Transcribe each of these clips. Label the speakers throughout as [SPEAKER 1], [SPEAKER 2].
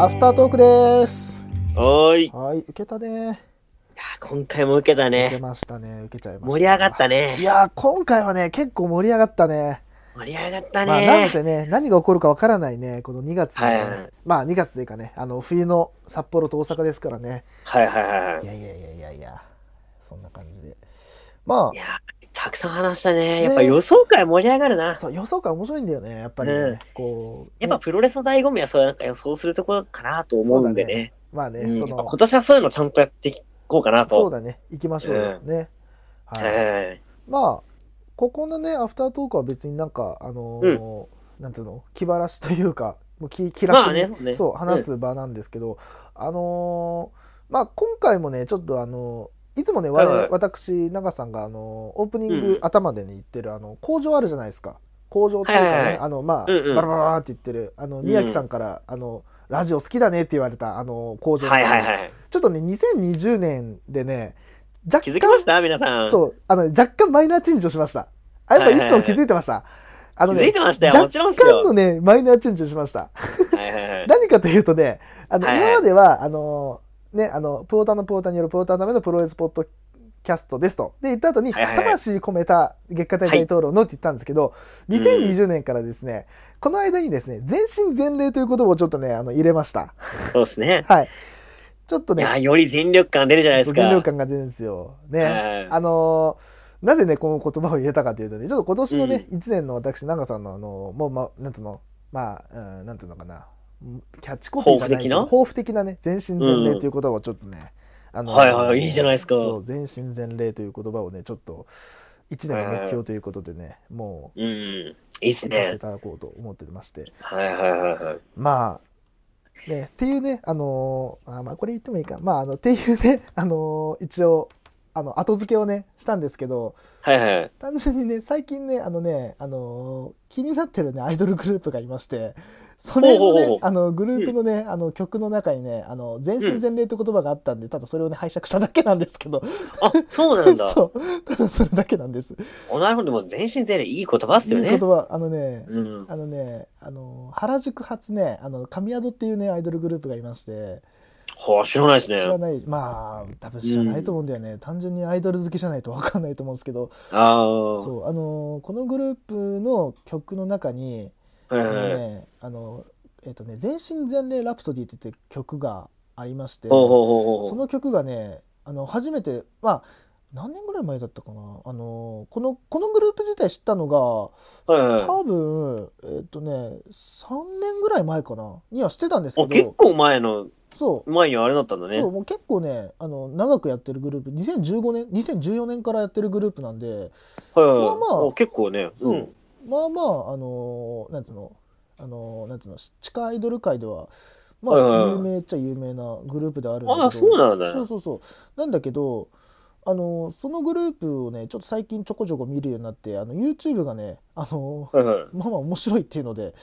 [SPEAKER 1] アフタートークです
[SPEAKER 2] おーい。い
[SPEAKER 1] はい受けたね
[SPEAKER 2] やー今回も受けた
[SPEAKER 1] 受け
[SPEAKER 2] ね。
[SPEAKER 1] ましたね受けちゃいました
[SPEAKER 2] 盛り上がったね
[SPEAKER 1] いやー今回はね結構盛り上がったね
[SPEAKER 2] 盛り上がったね。
[SPEAKER 1] まあなんせね何が起こるかわからないねこの2月のね、
[SPEAKER 2] はいはい
[SPEAKER 1] まあ2月というかねあの冬の札幌と大阪ですからね
[SPEAKER 2] はいはいはいはいい。
[SPEAKER 1] やいやいやいやいやそんな感じでま
[SPEAKER 2] いやーたくさん話したね。やっぱ
[SPEAKER 1] ね
[SPEAKER 2] 予想会盛り上がるな
[SPEAKER 1] あ。そう予想感面白いんだよねやっぱりね、
[SPEAKER 2] うん
[SPEAKER 1] こう
[SPEAKER 2] や
[SPEAKER 1] ね
[SPEAKER 2] っぱプロレスの醍醐味はそうなんか予想するところかなと思うんでね。
[SPEAKER 1] まあね、
[SPEAKER 2] うん
[SPEAKER 1] そ
[SPEAKER 2] やっ
[SPEAKER 1] の
[SPEAKER 2] ぱ今年はそういうのちゃんとやっていこうかなと。
[SPEAKER 1] そうだね行きましょうよ、
[SPEAKER 2] う
[SPEAKER 1] ねはい、
[SPEAKER 2] はい
[SPEAKER 1] まあここのねアフタートークは別になんかあのーなんつうの気晴らしというかもう気気 楽に、
[SPEAKER 2] まあねそうね
[SPEAKER 1] そう話す場なんですけど、あのーまあ今回もねちょっとあのいつもね我々
[SPEAKER 2] はいはい
[SPEAKER 1] 私長さんがあのオープニン
[SPEAKER 2] う
[SPEAKER 1] グ
[SPEAKER 2] ん
[SPEAKER 1] 頭でね言ってるあの工場あるじゃないですか工場っていうかね、
[SPEAKER 2] はいはいはい
[SPEAKER 1] あのまあ、
[SPEAKER 2] うんうん
[SPEAKER 1] バラバラバラって言ってるあの
[SPEAKER 2] ん
[SPEAKER 1] 宮城さんから、あのラジオ好きだねって言われたあの工場の
[SPEAKER 2] はいはいはい。
[SPEAKER 1] ちょっとね2020年でね若
[SPEAKER 2] 気
[SPEAKER 1] 干
[SPEAKER 2] づきました皆さん。
[SPEAKER 1] そう、あの、若干マイナーチェンジをしました。あ、やっぱ
[SPEAKER 2] はいいはい
[SPEAKER 1] つも気づいてました。あの
[SPEAKER 2] 気づい
[SPEAKER 1] ね、
[SPEAKER 2] てましたよ。も
[SPEAKER 1] 若
[SPEAKER 2] ちろんっすよ。
[SPEAKER 1] 干のね、マイナーチェンジをしました。
[SPEAKER 2] はいはいはい。
[SPEAKER 1] 何かというとね、あの、
[SPEAKER 2] はいはい
[SPEAKER 1] 今までは、あの、ね、あの、プローターのプローターによるプローターのためのプロレスポッドキャストですと。で、言った後に、
[SPEAKER 2] はいはいはい
[SPEAKER 1] 魂込めた月下大会討論のって言ったんですけど、
[SPEAKER 2] い
[SPEAKER 1] 2020年からですね、この間にですね、全身全霊という言葉をちょっとね、あの、入れました。
[SPEAKER 2] そうですね。
[SPEAKER 1] はい。ちょっと
[SPEAKER 2] い
[SPEAKER 1] ね
[SPEAKER 2] や、ーより全力感出るじゃないですか。
[SPEAKER 1] 全量感が出るんですよ。ね。
[SPEAKER 2] はい
[SPEAKER 1] あのーなぜね、この言葉を入れたかというとね、ちょっと今年のね、一年の私、長さんの、あのーもう、ま、なんつうの、まあ、うん、なんつうのかな、うんキャッチコピーじゃないけど、
[SPEAKER 2] 抱負的
[SPEAKER 1] 抱負的
[SPEAKER 2] な
[SPEAKER 1] なね、全身全霊という言葉をちょっとね、あのー
[SPEAKER 2] はいはいいいじゃないですか
[SPEAKER 1] そう、全身全霊という言葉をね、ちょっと、一年の目標ということでね、もう、
[SPEAKER 2] うん。いいっす
[SPEAKER 1] 行かせてい
[SPEAKER 2] ね。
[SPEAKER 1] ただこうと思ってまして、
[SPEAKER 2] はいはいはいはい。
[SPEAKER 1] まあ、ね、っていうね、あのーあまあこれ言ってもいいか、まあ、あのっていうね、あのー一応あの後付けをねしたんですけど
[SPEAKER 2] はいはいはい。
[SPEAKER 1] 単純にね最近ねあのね、あのー気になってるねアイドルグループがいましてそれの
[SPEAKER 2] ほうほうほ
[SPEAKER 1] ね
[SPEAKER 2] う
[SPEAKER 1] あのグループのね、あの曲の中にね「あの全身全霊」って言葉があったんで、ただそれをね拝借しただけなんですけど
[SPEAKER 2] あ、そうなんだ。
[SPEAKER 1] そうただそれだけなんです。
[SPEAKER 2] おなるほど、でも全身全霊いい言葉っす
[SPEAKER 1] い
[SPEAKER 2] よ
[SPEAKER 1] う
[SPEAKER 2] ね。
[SPEAKER 1] 言葉あのね、
[SPEAKER 2] うん。
[SPEAKER 1] あのね、あのー原宿発ねあの神宿っていうねアイドルグループがいまして。
[SPEAKER 2] はあ、知らないですね
[SPEAKER 1] 知。らないまあ多分知らないと思うんだよね、単純にアイドル好きじゃないと分かんないと思うんですけど、
[SPEAKER 2] ああ。
[SPEAKER 1] そうあのーこのグループの曲の中に、
[SPEAKER 2] はい
[SPEAKER 1] あ
[SPEAKER 2] はい
[SPEAKER 1] の
[SPEAKER 2] はい。
[SPEAKER 1] ねあのえっ、とね「全身全霊ラプソディ」って言って曲がありまして
[SPEAKER 2] ほう
[SPEAKER 1] そ
[SPEAKER 2] ほうほうほう。
[SPEAKER 1] の曲がねあの初めてまあ何年ぐらい前だったかなあのーこのこのグループ自体知ったのが
[SPEAKER 2] はいはいはい
[SPEAKER 1] 多分えっ、とね3年ぐらい前かなにはしてたんですけ
[SPEAKER 2] あ結
[SPEAKER 1] ど
[SPEAKER 2] 構前の、
[SPEAKER 1] そう
[SPEAKER 2] 前にあれだったんだね
[SPEAKER 1] そう。もう結構ねあの長くやってるグループ2015年2014年からやってるグループなんで
[SPEAKER 2] はいはいはい。
[SPEAKER 1] まあまあ
[SPEAKER 2] お結構ね。
[SPEAKER 1] そう
[SPEAKER 2] うん。はい
[SPEAKER 1] まあまああのーなんつうのあのーなんつうのし地下アイドル界ではま
[SPEAKER 2] はいはい
[SPEAKER 1] あ
[SPEAKER 2] はい
[SPEAKER 1] 有名っちゃ有名なグループであるんだけど
[SPEAKER 2] あそうなんだね
[SPEAKER 1] そうそうそうなんだけどあのーそのグループをねちょっと最近ちょこちょこ見るようになってあの YouTube がねあのー
[SPEAKER 2] はい。
[SPEAKER 1] まあまあ面白いっていうので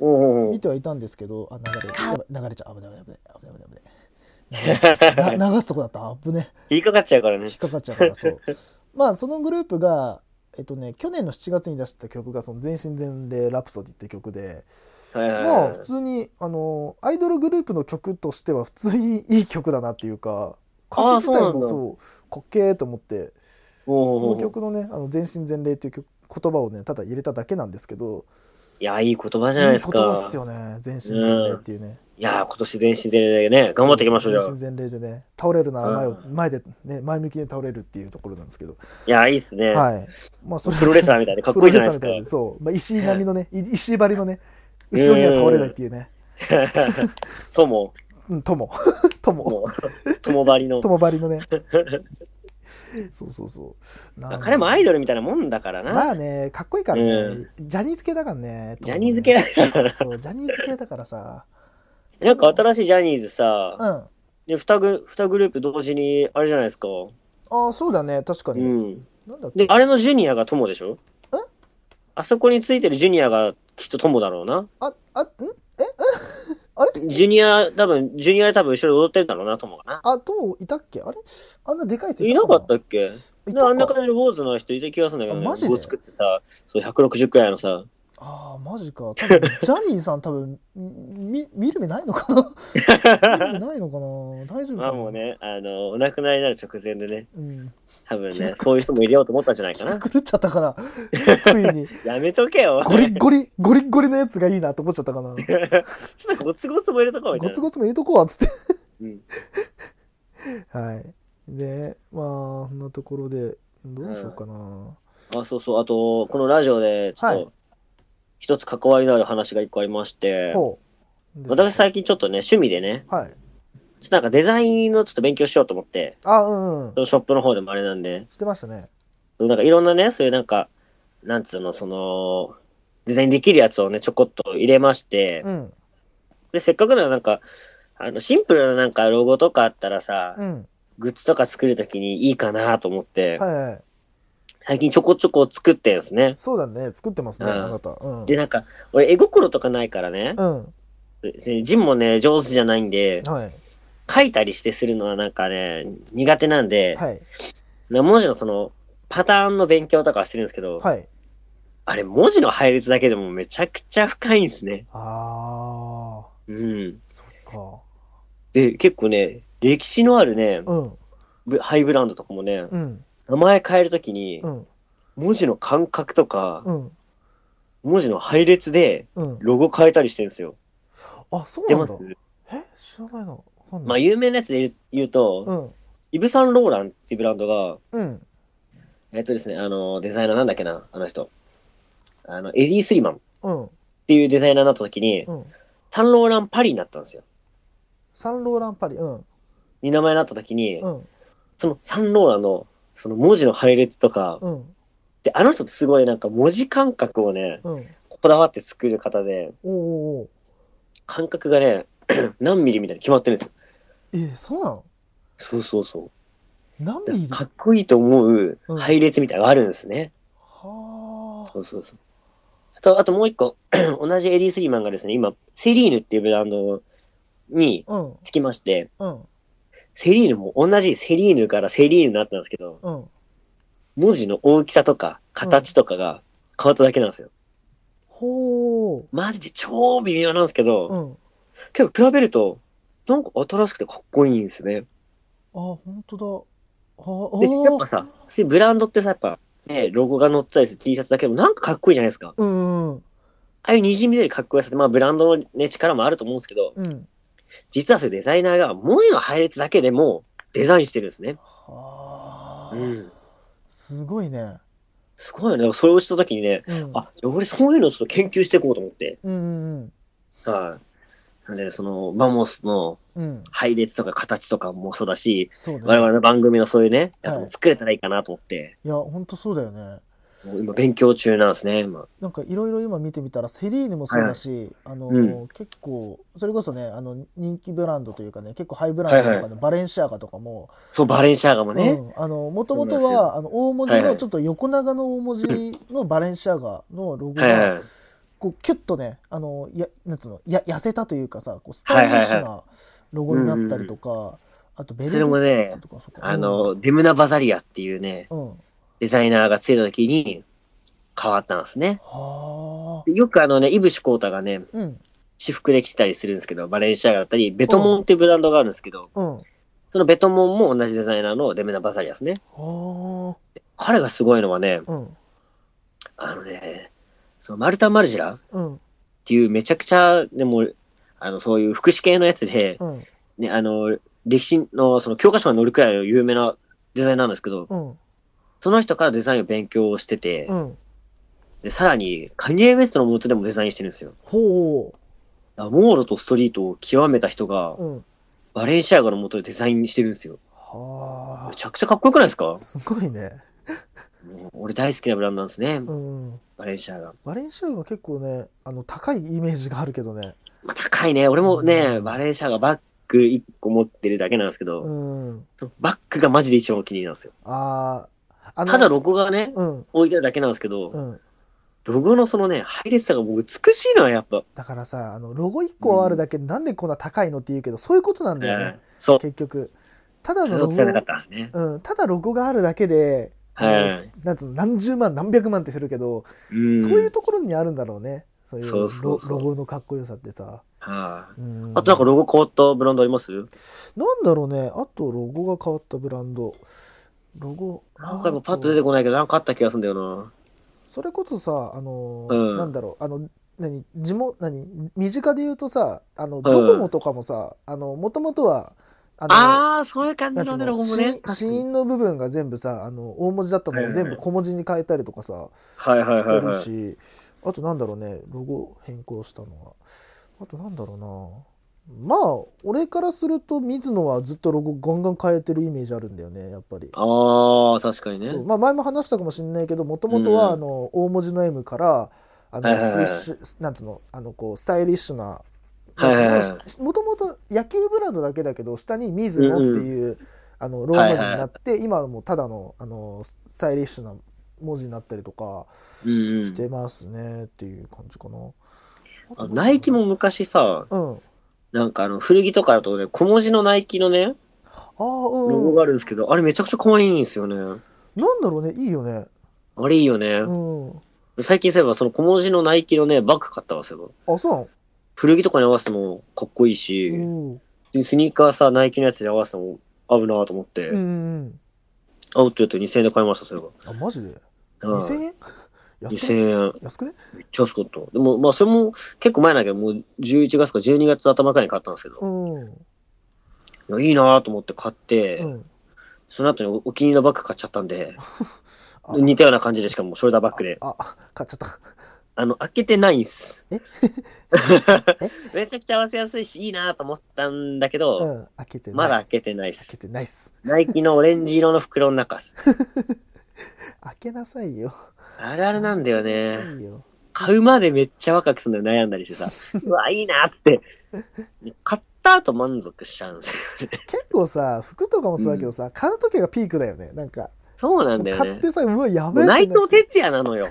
[SPEAKER 2] おうおうお
[SPEAKER 1] 見
[SPEAKER 2] う。
[SPEAKER 1] てはいたんですけどあ流れやばい流れちゃう危ない危ない危ない危ない危 ないな流すとこだった危ね
[SPEAKER 2] 引っかかっちゃうからね
[SPEAKER 1] 引っ。かかっちゃうから そうまあそのグループがえっとね去年の7月に出した曲が「その全身全霊ラプソディ」って曲で
[SPEAKER 2] はいはい
[SPEAKER 1] ま
[SPEAKER 2] は
[SPEAKER 1] あ
[SPEAKER 2] い
[SPEAKER 1] 普。通にあのアイドルグループの曲としては普通にいい曲だなっていうか歌詞自体
[SPEAKER 2] あーそうなん
[SPEAKER 1] も
[SPEAKER 2] だ
[SPEAKER 1] そうかっけーと思って
[SPEAKER 2] おうお
[SPEAKER 1] そう
[SPEAKER 2] お
[SPEAKER 1] の
[SPEAKER 2] う
[SPEAKER 1] 曲のね「あの全身全霊」っていう曲言葉をねただ入れただけなんですけど
[SPEAKER 2] いや、いい言葉
[SPEAKER 1] いい
[SPEAKER 2] じゃな
[SPEAKER 1] 言
[SPEAKER 2] いですか。
[SPEAKER 1] 葉っすよね「全身全霊」っていうね
[SPEAKER 2] いやー、今年全身全霊でね、頑張っていきましょう、じゃ
[SPEAKER 1] 全身全霊でね倒れるなら前を
[SPEAKER 2] う
[SPEAKER 1] 前でね前向きに倒れるっていうところなんですけど
[SPEAKER 2] あ。いや、いいっすね。
[SPEAKER 1] はいまあそれ
[SPEAKER 2] プロレスラーみたいでかっ
[SPEAKER 1] プ
[SPEAKER 2] こ
[SPEAKER 1] ロ
[SPEAKER 2] いい
[SPEAKER 1] レ
[SPEAKER 2] じ
[SPEAKER 1] ス
[SPEAKER 2] ゃ
[SPEAKER 1] ラ
[SPEAKER 2] な
[SPEAKER 1] ー
[SPEAKER 2] い
[SPEAKER 1] みた
[SPEAKER 2] で
[SPEAKER 1] いな
[SPEAKER 2] すか。
[SPEAKER 1] そう、まあ、石井並みのね、い石井張りのね、後ろには倒れないっていうね、
[SPEAKER 2] とも、
[SPEAKER 1] うん、友、 友、
[SPEAKER 2] もう、ともばりの。
[SPEAKER 1] 友張りのね。 そうそうそう。な
[SPEAKER 2] まあ
[SPEAKER 1] ん
[SPEAKER 2] 彼もアイドルみたいなもんだからな。
[SPEAKER 1] まあね、かっこいいからね、
[SPEAKER 2] う
[SPEAKER 1] ジャニーズ系だからね。
[SPEAKER 2] ジャニーズ系だから。
[SPEAKER 1] そう、ジャニーズ系だからさ、
[SPEAKER 2] なんか新しいジャニーズさ、
[SPEAKER 1] うん。あ
[SPEAKER 2] で二グ二グループ同時に、あれじゃないですか。
[SPEAKER 1] あ、そうだね、確か
[SPEAKER 2] う
[SPEAKER 1] に。
[SPEAKER 2] ん。
[SPEAKER 1] なんだっけ
[SPEAKER 2] で、あれのジュニアが友でしょあそこについてるジュニアがきっと友だろうな。
[SPEAKER 1] あ、あ、ん
[SPEAKER 2] ジュニア、多分、ジュニアで多分後ろで踊ってるんだろうな、友がな。
[SPEAKER 1] あ、友いたっけあれあんなでかいやつ
[SPEAKER 2] い
[SPEAKER 1] い
[SPEAKER 2] な
[SPEAKER 1] た
[SPEAKER 2] か
[SPEAKER 1] か
[SPEAKER 2] ったっけ
[SPEAKER 1] い
[SPEAKER 2] であん
[SPEAKER 1] た
[SPEAKER 2] な
[SPEAKER 1] か
[SPEAKER 2] 感じの坊主の人いた気がするんだけどね。
[SPEAKER 1] あマジで
[SPEAKER 2] 坊主作ってさ、そう160くらいのさ、
[SPEAKER 1] ああマジか 多分ジャニーさん多分み見る目ないのか な見る目ないのかな大丈夫か
[SPEAKER 2] ま
[SPEAKER 1] な
[SPEAKER 2] あもうね、あの、お亡くなりになる直前でね、
[SPEAKER 1] うん、
[SPEAKER 2] 多分
[SPEAKER 1] いや
[SPEAKER 2] ね、そういう人も入れようと思ったんじゃないかな。
[SPEAKER 1] 狂っちゃったからついに
[SPEAKER 2] やめとけよ。
[SPEAKER 1] ゴリッゴリゴリッゴリのやつがいいなと思っちゃったかな
[SPEAKER 2] ちょっとゴツゴツも入れとこうみた
[SPEAKER 1] ゴ
[SPEAKER 2] いな。
[SPEAKER 1] ツゴツも入れとこうっつっ
[SPEAKER 2] うん
[SPEAKER 1] てはいでまあこんなところでどうしようかな、
[SPEAKER 2] あ、そうそう。あと、このラジオで、ちょっ
[SPEAKER 1] はい
[SPEAKER 2] と、一つ関わりのある話が一個ありまして、
[SPEAKER 1] ほうですね
[SPEAKER 2] 私最近ちょっとね、趣味でね、
[SPEAKER 1] はい
[SPEAKER 2] ちょっとなんかデザインのちょっと勉強しようと思って、
[SPEAKER 1] あうんうん
[SPEAKER 2] ショップの方でもあれなんで、
[SPEAKER 1] してましたね
[SPEAKER 2] なんかいろんなね、そういうなんか、なんつうの、その、デザインできるやつをね、ちょこっと入れまして、
[SPEAKER 1] うん
[SPEAKER 2] で、せっかくならなんか、あの、シンプルななんかロゴとかあったらさ、
[SPEAKER 1] うん
[SPEAKER 2] グッズとか作るときにいいかなと思って、
[SPEAKER 1] はいはい
[SPEAKER 2] 最近ちょこちょこ作ってんですね。
[SPEAKER 1] そうだね作ってますね、
[SPEAKER 2] うん
[SPEAKER 1] あなたうん
[SPEAKER 2] で、なんか、俺絵心とかないからね、
[SPEAKER 1] うん
[SPEAKER 2] 字もね、上手じゃないんで、
[SPEAKER 1] はい
[SPEAKER 2] 書いたりしてするのはなんかね、苦手なんで、
[SPEAKER 1] はい
[SPEAKER 2] な文字のその、パターンの勉強とかはしてるんですけど、
[SPEAKER 1] はい
[SPEAKER 2] あれ、文字の配列だけでもめちゃくちゃ深いんですね。
[SPEAKER 1] ああ
[SPEAKER 2] うん。
[SPEAKER 1] そっか
[SPEAKER 2] で、結構ね、歴史のあるね、
[SPEAKER 1] うん
[SPEAKER 2] ブハイブランドとかもね、
[SPEAKER 1] うん
[SPEAKER 2] 名前変えるときに
[SPEAKER 1] う、ん
[SPEAKER 2] 文字の間隔とか、
[SPEAKER 1] うん
[SPEAKER 2] 文字の配列で、
[SPEAKER 1] うん
[SPEAKER 2] ロゴ変えたりしてるんですよ。
[SPEAKER 1] あそ
[SPEAKER 2] 出
[SPEAKER 1] うな
[SPEAKER 2] ま
[SPEAKER 1] ん
[SPEAKER 2] す
[SPEAKER 1] だえ知らないなわかん
[SPEAKER 2] まあ、
[SPEAKER 1] ない
[SPEAKER 2] 有名なやつで言う言うと、
[SPEAKER 1] うん
[SPEAKER 2] イブ・サンローランっていうブランドが、
[SPEAKER 1] うん
[SPEAKER 2] えっとですね、あの、デザイナーなんだっけな、あの人。あの、エディ・スリマンっ
[SPEAKER 1] うん
[SPEAKER 2] ていうデザイナーになったときに、
[SPEAKER 1] うん
[SPEAKER 2] サンローラン・パリになったんですよ。
[SPEAKER 1] サンローランパリうん
[SPEAKER 2] に名前になったときに、
[SPEAKER 1] うん
[SPEAKER 2] そのサンローランの、その文字の配列とか、
[SPEAKER 1] うん
[SPEAKER 2] で、あの人ってすごいなんか文字感覚をね、
[SPEAKER 1] うん
[SPEAKER 2] こだわって作る方で、
[SPEAKER 1] おうおうおう
[SPEAKER 2] 感覚がね、 何ミリみたいに決まってるんですよ。
[SPEAKER 1] えそうなの
[SPEAKER 2] そうそうそう。
[SPEAKER 1] 何
[SPEAKER 2] だ
[SPEAKER 1] ミリ
[SPEAKER 2] か
[SPEAKER 1] は
[SPEAKER 2] っこいいと思う
[SPEAKER 1] うん
[SPEAKER 2] 配列みたいなのがあるんですね。
[SPEAKER 1] あ
[SPEAKER 2] そうそうそう。あと、あともう一個、 同じエリー・スリーマンがですね、今、セリーヌっていうブランドに
[SPEAKER 1] うん
[SPEAKER 2] つきまして、
[SPEAKER 1] うん
[SPEAKER 2] セリーヌも同じセリーヌからセリーヌになったんですけど、
[SPEAKER 1] うん
[SPEAKER 2] 文字の大きさとか形とかが変わっただけなんですよ。
[SPEAKER 1] ほう
[SPEAKER 2] マジで超微妙なんですけど、
[SPEAKER 1] うん
[SPEAKER 2] けど比べると、なんか新しくてかっこいいんですね。
[SPEAKER 1] あ本当だあ
[SPEAKER 2] で、やっ
[SPEAKER 1] あ
[SPEAKER 2] ぱさ、そういうブランドってさ、やっぱ、ね、ロゴが載ったりする T シャツだけでもなんかかっこいいじゃないですか。
[SPEAKER 1] ーうんうん
[SPEAKER 2] ああいう滲み出るかっこよさって、まあブランドのね、力もあると思うんですけど、
[SPEAKER 1] うん
[SPEAKER 2] 実はそういうデザイナーが文字の配列だけでもデザインしてるんですね。
[SPEAKER 1] はあ、
[SPEAKER 2] うん。
[SPEAKER 1] すごいね
[SPEAKER 2] すごいよね。だからそれをしたときにね、
[SPEAKER 1] うん
[SPEAKER 2] あ、俺そういうのちょっと研究していこうと思って。
[SPEAKER 1] うんうん
[SPEAKER 2] はい。なんで、その、マモスの
[SPEAKER 1] うんうん
[SPEAKER 2] 配列とか形とかもそうだし、
[SPEAKER 1] そう
[SPEAKER 2] 我
[SPEAKER 1] だね
[SPEAKER 2] 々の番組のそういうね、やつも作れたらいいかなと思って、
[SPEAKER 1] いや本当そうだよね
[SPEAKER 2] もう今勉強中なんですね、今。
[SPEAKER 1] なんかいろいろ今見てみたらセリーヌもそうだし、あの
[SPEAKER 2] う
[SPEAKER 1] 結構それこそねあの人気ブランドというかね結構ハイブランドとかのバレンシアガとかも
[SPEAKER 2] そう、バレンシアガもね。
[SPEAKER 1] うんあのもともと
[SPEAKER 2] そうなんです
[SPEAKER 1] はあの大文字
[SPEAKER 2] はいは
[SPEAKER 1] の
[SPEAKER 2] い
[SPEAKER 1] ちょっと横長の大文字のバレンシアガのロゴ
[SPEAKER 2] はいはい
[SPEAKER 1] が
[SPEAKER 2] はい。
[SPEAKER 1] こうキュッとねあのやなんつうのや痩せたというかさこうスタイリッシュなロゴになったりとかあとベ
[SPEAKER 2] そ
[SPEAKER 1] ル
[SPEAKER 2] れも
[SPEAKER 1] ギ
[SPEAKER 2] ね
[SPEAKER 1] ー、とかそうか
[SPEAKER 2] あの、デムナ・バザリアっていうね、
[SPEAKER 1] うん、うん
[SPEAKER 2] デザイナーがついた時に変わったんですね。
[SPEAKER 1] はあ
[SPEAKER 2] でよくあのね、イブシュコータがね、
[SPEAKER 1] うん
[SPEAKER 2] 私服で着てたりするんですけど、バレンシアガだったり、ベトモンっていうブランドがあるんですけど、
[SPEAKER 1] うんは
[SPEAKER 2] そのベトモンも同じデザイナーのデムナ・バザリアですね。
[SPEAKER 1] あ
[SPEAKER 2] 彼がすごいのはね、
[SPEAKER 1] うん
[SPEAKER 2] あのね、そのマルタ・マルジェラっ
[SPEAKER 1] うん
[SPEAKER 2] ていうめちゃくちゃ、でもう、あの、そういう福祉系のやつで、
[SPEAKER 1] うん
[SPEAKER 2] ね、あの、歴史のその教科書が載るくらいの有名なデザイナーなんですけど、
[SPEAKER 1] うん
[SPEAKER 2] その人からデザインを勉強してて、
[SPEAKER 1] うん
[SPEAKER 2] で、さらに、カニエ・ウェストの元でもデザインしてるんですよ。
[SPEAKER 1] ほ
[SPEAKER 2] だからモードとストリートを極めた人が
[SPEAKER 1] う、、うん、
[SPEAKER 2] バレンシアガの元でデザインしてるんですよ。
[SPEAKER 1] は
[SPEAKER 2] めちゃくちゃかっこよくないですか
[SPEAKER 1] あ、すごいね。
[SPEAKER 2] もう俺大好きなブランドなんですね、
[SPEAKER 1] うん、
[SPEAKER 2] バレンシアガ。
[SPEAKER 1] バレンシアガ結構ね、あの高いイメージがあるけどね。
[SPEAKER 2] まあ高いね。俺もね、
[SPEAKER 1] うん
[SPEAKER 2] バレンシアガバッグ1個持ってるだけなんですけど、
[SPEAKER 1] うん、
[SPEAKER 2] そのバッグがマジで一番お気に入りなんですよ。
[SPEAKER 1] ああ、あ
[SPEAKER 2] ただロゴがね、
[SPEAKER 1] うん、
[SPEAKER 2] 置いてあるだけなんですけど、
[SPEAKER 1] うん。
[SPEAKER 2] ロゴのそのね、配列さが僕美しいのはやっぱ。
[SPEAKER 1] だからさ、あのロゴ一個あるだけでなんでこんな高いのって言うけど、そういうことなんだよ
[SPEAKER 2] う
[SPEAKER 1] ね
[SPEAKER 2] ん。そう。
[SPEAKER 1] 結局、ただ
[SPEAKER 2] それ
[SPEAKER 1] の
[SPEAKER 2] を
[SPEAKER 1] ロ
[SPEAKER 2] 伝
[SPEAKER 1] ゴ
[SPEAKER 2] え、なかったんですね。
[SPEAKER 1] うん、ただロゴがあるだけで、
[SPEAKER 2] はい。
[SPEAKER 1] なんつうの何十万何百万ってするけど、
[SPEAKER 2] うん。
[SPEAKER 1] そういうところにあるんだろうねそういうロ
[SPEAKER 2] そうそうそう
[SPEAKER 1] ロゴのかっこよさってさ、
[SPEAKER 2] はい
[SPEAKER 1] うん
[SPEAKER 2] あとなんかロゴ変わったブランドあります
[SPEAKER 1] なんだろうねあとロゴが変わったブランドロゴ
[SPEAKER 2] なんか今
[SPEAKER 1] あ
[SPEAKER 2] パッと出てこないけど、なんかあった気がするんだよ
[SPEAKER 1] それこそさあの、
[SPEAKER 2] うん
[SPEAKER 1] なんだろうあの何地元何身近で言うとさあのドコモとかもさあのもともとはあの
[SPEAKER 2] な。ああー、そういう感じ
[SPEAKER 1] なんつ
[SPEAKER 2] の
[SPEAKER 1] う
[SPEAKER 2] ね、
[SPEAKER 1] の
[SPEAKER 2] ロゴもね。
[SPEAKER 1] 死因の部分が全部さあの大文字だったのを全部小文字に変えたりとかさ
[SPEAKER 2] はいはい
[SPEAKER 1] し
[SPEAKER 2] は
[SPEAKER 1] て
[SPEAKER 2] い
[SPEAKER 1] る
[SPEAKER 2] はい。
[SPEAKER 1] しあとなんだろうねロゴ変更したのはあとなんだろうなまあ俺からすると水野はずっとロゴガンガン変えてるイメージあるんだよねやっぱり。
[SPEAKER 2] ああ、確かにね。
[SPEAKER 1] そうまあ、前も話したかもしれないけどもともとは
[SPEAKER 2] うん
[SPEAKER 1] あの大文字の M からあの
[SPEAKER 2] はいはいはい
[SPEAKER 1] スイッシュなんつうのあのこうスタイリッシュな
[SPEAKER 2] はいはいはい
[SPEAKER 1] もともと野球ブランドだけだけど下に「水野」っていう、あのローマ字になって、今はもうただのあのスタイリッシュな文字になったりとか
[SPEAKER 2] うんう
[SPEAKER 1] して
[SPEAKER 2] ん
[SPEAKER 1] ますねっていう感じかな。
[SPEAKER 2] あ。ナイキも昔さ、
[SPEAKER 1] うん、あ
[SPEAKER 2] なんかあの、古着とかだとね、小文字のナイキのね、
[SPEAKER 1] あ
[SPEAKER 2] ロゴ
[SPEAKER 1] うん
[SPEAKER 2] があるんですけど、あれめちゃくちゃ可愛いんですよね。
[SPEAKER 1] なんだろうねいいよね。
[SPEAKER 2] あれいいよね。
[SPEAKER 1] うん、
[SPEAKER 2] 最近そういえば、その小文字のナイキのね、バッグ買ったわ、そういえば。
[SPEAKER 1] あそうなの
[SPEAKER 2] 古着とかに合わせてもかっこいいし、
[SPEAKER 1] うん
[SPEAKER 2] スニーカーさ、ナイキのやつに合わせても合うなと思って、
[SPEAKER 1] うんうん
[SPEAKER 2] アウトレット2000円で買いました、それが。
[SPEAKER 1] あマジで
[SPEAKER 2] は
[SPEAKER 1] 2000
[SPEAKER 2] い
[SPEAKER 1] 円 安くね
[SPEAKER 2] 2000円。
[SPEAKER 1] 安くね
[SPEAKER 2] めっちゃ安かった。でも、まあ、それも結構前だけど、もう11月か12月頭くらいに買ったんですけど、
[SPEAKER 1] うん
[SPEAKER 2] いやいいなと思って買って、
[SPEAKER 1] うん
[SPEAKER 2] その後におお気に入りのバッグ買っちゃったんで、
[SPEAKER 1] あ
[SPEAKER 2] 似たような感じでしかもショルダーバッグで。
[SPEAKER 1] ああ買っちゃった
[SPEAKER 2] あの、開けてないんす
[SPEAKER 1] ええ。
[SPEAKER 2] めちゃくちゃ合わせやすいし、いいなと思ったんだけ
[SPEAKER 1] う
[SPEAKER 2] ど、
[SPEAKER 1] ん開けてない
[SPEAKER 2] まだ開けてないっ
[SPEAKER 1] 開
[SPEAKER 2] す
[SPEAKER 1] け。てないっす
[SPEAKER 2] ナイキのオレンジ色の袋の中っす。
[SPEAKER 1] 開けなさいよ
[SPEAKER 2] あるあるなんだよ
[SPEAKER 1] 開けな
[SPEAKER 2] ね。
[SPEAKER 1] さいよ
[SPEAKER 2] 買うまでめっちゃ若くするのよ、悩んだりしてさ。 うわ、いいなっつって。買った後満足しちゃうんですよ。
[SPEAKER 1] 結構さ服とかもそうだけどさ、買う時がピークだよねなんか
[SPEAKER 2] そうなんだよ
[SPEAKER 1] 買っ
[SPEAKER 2] ね。
[SPEAKER 1] てさうわやべえってな
[SPEAKER 2] 内
[SPEAKER 1] る
[SPEAKER 2] 藤哲也 なのよ。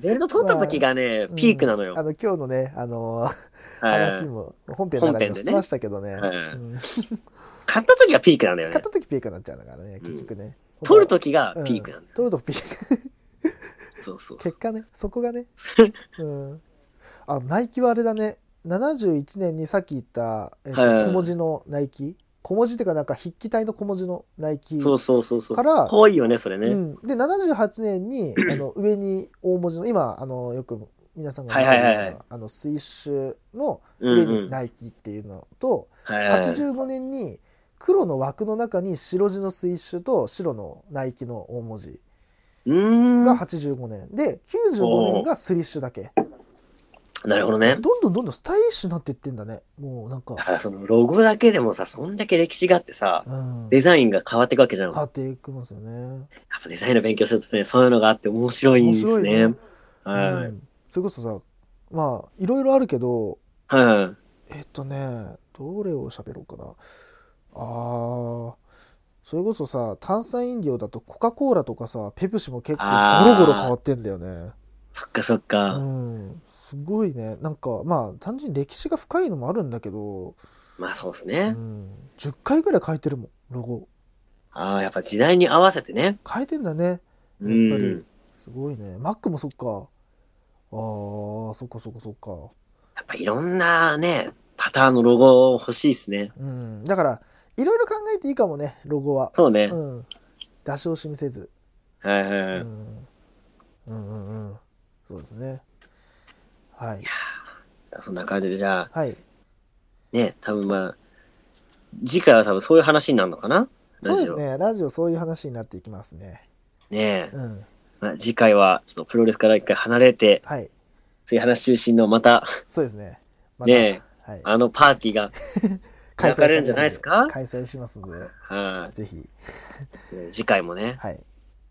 [SPEAKER 2] ベルト取った時がね、ピークなのよ。
[SPEAKER 1] うんあの今日のねあのー
[SPEAKER 2] はい
[SPEAKER 1] 話も本編の中でもしてましたけどね
[SPEAKER 2] 本編でね
[SPEAKER 1] うん
[SPEAKER 2] 買った時がピークなんだよね
[SPEAKER 1] 買っ。た時ピークになっちゃうんだからね結局ね、
[SPEAKER 2] 取る時がピークなんだよ。
[SPEAKER 1] 取るとピーク
[SPEAKER 2] そうそう。
[SPEAKER 1] 結果ねそこがね うんあナイキはあれだね71年にさっき言った、えっと
[SPEAKER 2] はい
[SPEAKER 1] 小文字のナイキ小文字っていうかなんか筆記体の小文字のナイキ
[SPEAKER 2] そうそうそうそう。
[SPEAKER 1] か
[SPEAKER 2] からわいいよね、それね。
[SPEAKER 1] うん、で78年に あの上に大文字の今あのよく皆さんが見て
[SPEAKER 2] はいはいはい
[SPEAKER 1] る
[SPEAKER 2] は
[SPEAKER 1] よう
[SPEAKER 2] い
[SPEAKER 1] なあのスイッシュの
[SPEAKER 2] うん
[SPEAKER 1] 上
[SPEAKER 2] うん
[SPEAKER 1] に。ナイキっていうのと、
[SPEAKER 2] はいはい
[SPEAKER 1] 85年に黒の枠の中に白地のスイッシュと白のナイキの大文字
[SPEAKER 2] うーん。
[SPEAKER 1] が
[SPEAKER 2] な
[SPEAKER 1] 85年で95年がスリッシュだけ。
[SPEAKER 2] るほどね。
[SPEAKER 1] どんどんどんどんスタイリッシュになっていってんだねもうなんか
[SPEAKER 2] だ、からそのロゴだけでもさ、そんだけ歴史があってさ、
[SPEAKER 1] うん、
[SPEAKER 2] デザインが変わっていくわけじゃん。
[SPEAKER 1] 変
[SPEAKER 2] や
[SPEAKER 1] わ
[SPEAKER 2] っ
[SPEAKER 1] っていきますよね
[SPEAKER 2] ぱデザインの勉強するとね、そういうのがあって面白いんですね。
[SPEAKER 1] う
[SPEAKER 2] はい。
[SPEAKER 1] ん、それこそさまあいろいろあるけど
[SPEAKER 2] はい。
[SPEAKER 1] えっとねどれを喋ろうかなあーそれこそさ炭酸飲料だとコカ・コーラとかさペプシも結構
[SPEAKER 2] あ
[SPEAKER 1] ゴロ
[SPEAKER 2] ー
[SPEAKER 1] ゴロ変わってんだよね
[SPEAKER 2] そっかそっ
[SPEAKER 1] う
[SPEAKER 2] か。
[SPEAKER 1] んすごいねなんかまあ単純に歴史が深いのもあるんだけど、
[SPEAKER 2] まあそうです
[SPEAKER 1] う
[SPEAKER 2] ね。
[SPEAKER 1] ん、10回ぐらい変えてるもんロゴ
[SPEAKER 2] ああ、やっぱ時代に合わせてね。
[SPEAKER 1] 変えてんだね
[SPEAKER 2] う
[SPEAKER 1] やっぱり
[SPEAKER 2] ん。
[SPEAKER 1] すごいね。マックもそっか。ああ、そっかそっかそっか。
[SPEAKER 2] やっぱいろんなね、パターンのロゴ欲しいですね。
[SPEAKER 1] うん。だから、いろいろ考えていいかもね、ロゴは。
[SPEAKER 2] そうね。
[SPEAKER 1] うん。出し惜しみせず。
[SPEAKER 2] はいはいうはい。
[SPEAKER 1] ん。うんうんうん。そうですね。はい。
[SPEAKER 2] そんな感じで、じゃあ、
[SPEAKER 1] はい。
[SPEAKER 2] ね、多分まあ、次回は多分そういう話になるのかな
[SPEAKER 1] そうです。ね。ラジオそういう話になっていきますね。
[SPEAKER 2] ラジオねえ。
[SPEAKER 1] うん。
[SPEAKER 2] まあ、次回は、ちょっとプロレスから一回離れて、
[SPEAKER 1] はい。
[SPEAKER 2] そういう話中心のまた、
[SPEAKER 1] そうですね。また
[SPEAKER 2] ね
[SPEAKER 1] はい。
[SPEAKER 2] あのパーティーが、開かれるんじゃないですか
[SPEAKER 1] 開催しますので、
[SPEAKER 2] は
[SPEAKER 1] ぜひ。
[SPEAKER 2] い次回もね、
[SPEAKER 1] はい。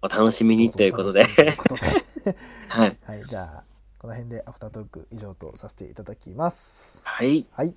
[SPEAKER 2] お楽しみにということで
[SPEAKER 1] ど、ぞお楽しみということで。
[SPEAKER 2] はい。
[SPEAKER 1] はい、じゃあこの辺でアフタートーク以上とさせていただきます。
[SPEAKER 2] はい。
[SPEAKER 1] はい。